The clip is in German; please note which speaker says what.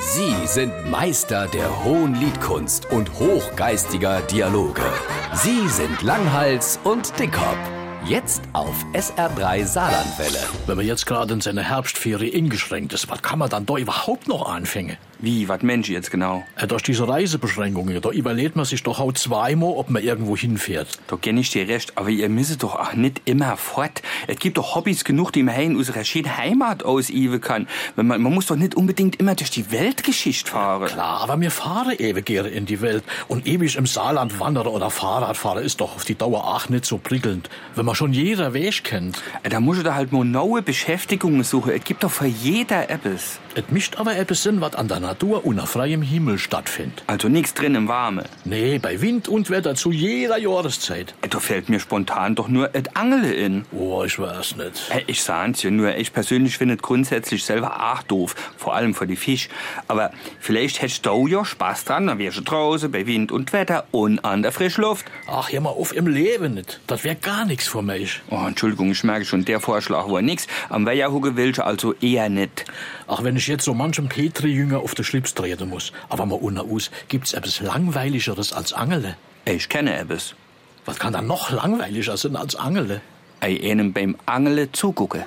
Speaker 1: Sie sind Meister der hohen Liedkunst und hochgeistiger Dialoge. Sie sind Langhals und Dickhop. Jetzt auf SR3 Saarlandwelle.
Speaker 2: Wenn man jetzt gerade in seine Herbstferie eingeschränkt ist, was kann man dann da überhaupt noch anfangen?
Speaker 3: Wie, was Mensch jetzt genau?
Speaker 2: Äh, durch diese Reisebeschränkungen, da überlegt man sich doch auch zweimal, ob man irgendwo hinfährt.
Speaker 3: Da kenn ich dir recht, aber ihr müsst doch auch nicht immer fort. Es gibt doch Hobbys genug, die man hier in unserer schönen Heimat ausüben kann. Wenn Man, man muss doch nicht unbedingt immer durch die Weltgeschichte fahren.
Speaker 2: Klar, aber wir fahren ewig gerne in die Welt. Und ewig im Saarland wandern oder Fahrrad fahren ist doch auf die Dauer auch nicht so prickelnd, wenn man schon jeder Weg kennt.
Speaker 3: Da muss ich da halt mal neue Beschäftigungen suchen. Es gibt doch für jeder etwas.
Speaker 2: Es mischt aber etwas Sinn, was an der Natur unter freiem Himmel stattfindet.
Speaker 3: Also nichts drin im Warme.
Speaker 2: Nee, bei Wind und Wetter zu jeder Jahreszeit.
Speaker 3: Äh, Da fällt mir spontan doch nur et Angele in.
Speaker 2: Oh, ich weiß nicht.
Speaker 3: Hey, Ich sag's ja nur, ich persönlich finde es grundsätzlich selber auch doof, vor allem für die Fisch. Aber vielleicht hättest du ja Spaß dran, dann wärst du draußen bei Wind und Wetter und an der Frischluft.
Speaker 2: Ach, hör mal auf im Leben nicht. Das wär gar nichts für mich.
Speaker 3: Oh, Entschuldigung, ich merke schon, der Vorschlag war nix. Am Weiherhucke will ich also eher nicht.
Speaker 2: Ach, wenn ich jetzt so manchem Petri-Jünger auf den Schlips treten muss. Aber mal unter uns, gibt's etwas Langweiligeres als Angele?
Speaker 3: Ich kenne etwas.
Speaker 2: Was kann da noch langweiliger sein als Angele?
Speaker 3: Ei einem beim Angele zugucke.